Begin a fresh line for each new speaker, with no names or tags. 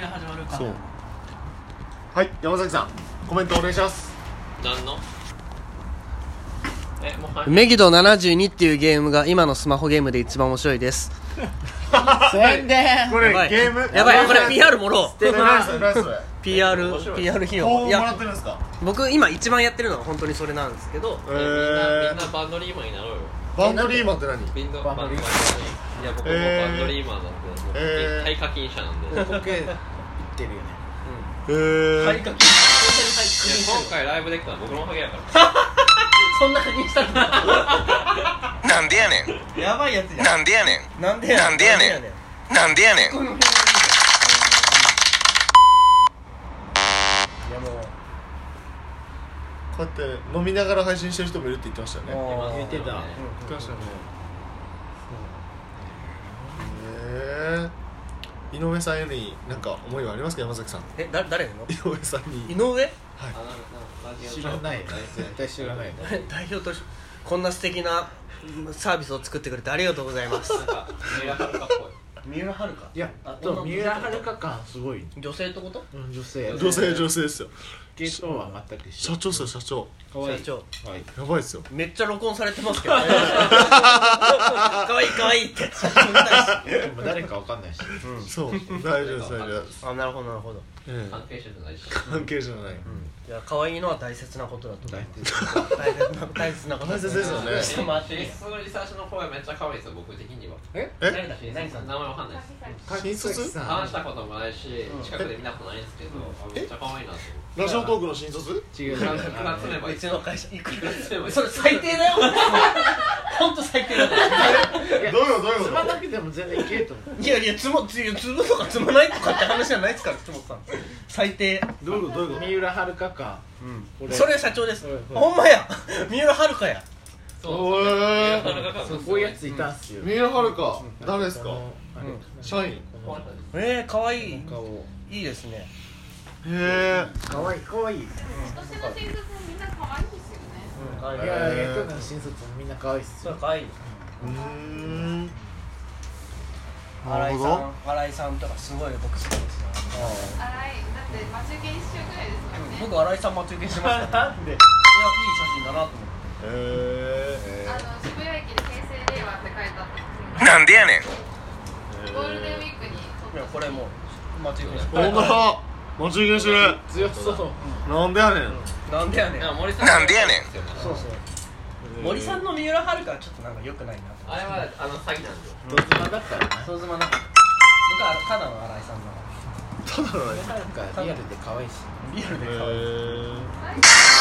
が始まるか
そうはい山崎さんコメントお願いします
何のえもうはい
メギド72っていうゲームが今のスマホゲームで一番面白いです。
宣伝
これ
やばい。
ゲーム
やばい、これ PR もろう。
それ何それ何それ
PR
面白、い
PR 費
こう
用。い
もら
や
っ、てるんですか
僕今一番やってるのは本当にそれなんですけど、
え
みんな
ー
みんなバンドリーマンになろうよ
バンドリーマンって何
みんな
バ
バ
ン
ン
ド
ド
リ
リ
ー
ー
マ
マ
ン
ンいや僕も
えー
バンドリーマンなんでもう
えー
絶対課金者なんでいや
広告系行ってるよね
え
はい課
ー
金
今回ライブできたの僕のおかげやから
そんな課金したんだ
なんでやね
やばいやつ
ん
じゃ
なんでやね
んなんで
んなんでやねんなんでやねん
いやもう
こうやって飲みながら配信してる人もいるって言ってましたよね言
もう言ってた
ってましたねへえ井上さんよりなんか思いはありますか山 崎さん
え、だ、誰なの
井上さんに
井上
あなんかなんか
知らないよ絶対知らないよ
代表としこんな素敵なうんサービスを作ってくれてありがとうございます
なんかメガハルカっぽい
三浦遥いやあ
と三浦
遥
遥感すごい
女性ってこと
女性
女性女性ですよ
系統は全く一緒
社長っすよ社長
かわいい
社長
かわいい
やばいですよ
めっちゃ録音されてますけどね かわいいかわいいって社長に対して
でも誰かわかんないし
そう大丈夫です大丈夫です
あなるほどなるほど、
え
関係者じゃないし
え関係じゃない
うん、いや可愛いのは大切なことだと
大
思う
体
大切な大切なこと
大切ですよね
ちょっと待って
寝室のリサーチの声めっちゃ可愛いですよ僕的には
え
何さん
名前わかんないです
新卒
話したこともないし近くで見たことないんですけどあめっちゃ可愛いなと
ラジオトークの新卒
違う
思っていくら詰めばいうい
ちの会社いくら
詰め ばいい
それ最 低だよ本当最低だ
どうよどう
つまなくても全然いけると思う
いやいやつもつつむとかつまないとかって話じゃないですからつもさん最低
どういうことどういうこと
三浦遥感こ
それ社長です
これこれ
ほんまや三浦遥や
そう
へ
メガ
ー
ハルカ感が
そう
す
こう
ご
いう
い
やついたんすよ
三浦遥か誰ですか
あれ
社員へ
怖かったです
えー、かわいい
顔
いいですね
え
かわいいかわいいい
私の新卒もみんな可愛いですよね。
かわいい
やいや当の新卒もみんなかわいいっす
それ
よ
かわいいう
ーん
新井
なるほ
さん新井さんとかすごい僕好きですよ
荒い、だって待ち受け一週ぐらいですもんね。
僕新井さん待ち受けしました なんでいやいい写真だなと思って
どへ
あの渋谷駅で平成令和って書いてあった
なんでやねん
んですゴールデンウィークに
い
撮
や
った。
これもう待ち受けし
えほんとだ待ち受けしてる
強そう
なんでやねん
なんでやねん
でも森さ
なんでやねん
そうそう森さんの三浦遥はちょっとなんか良くないな
あれはあの詐欺なんですよ
人妻だからな
そうずまなかった僕はただの新井さんだか
ただのね
遥香リアルでかわいいし
らリアルで可愛い
へ
最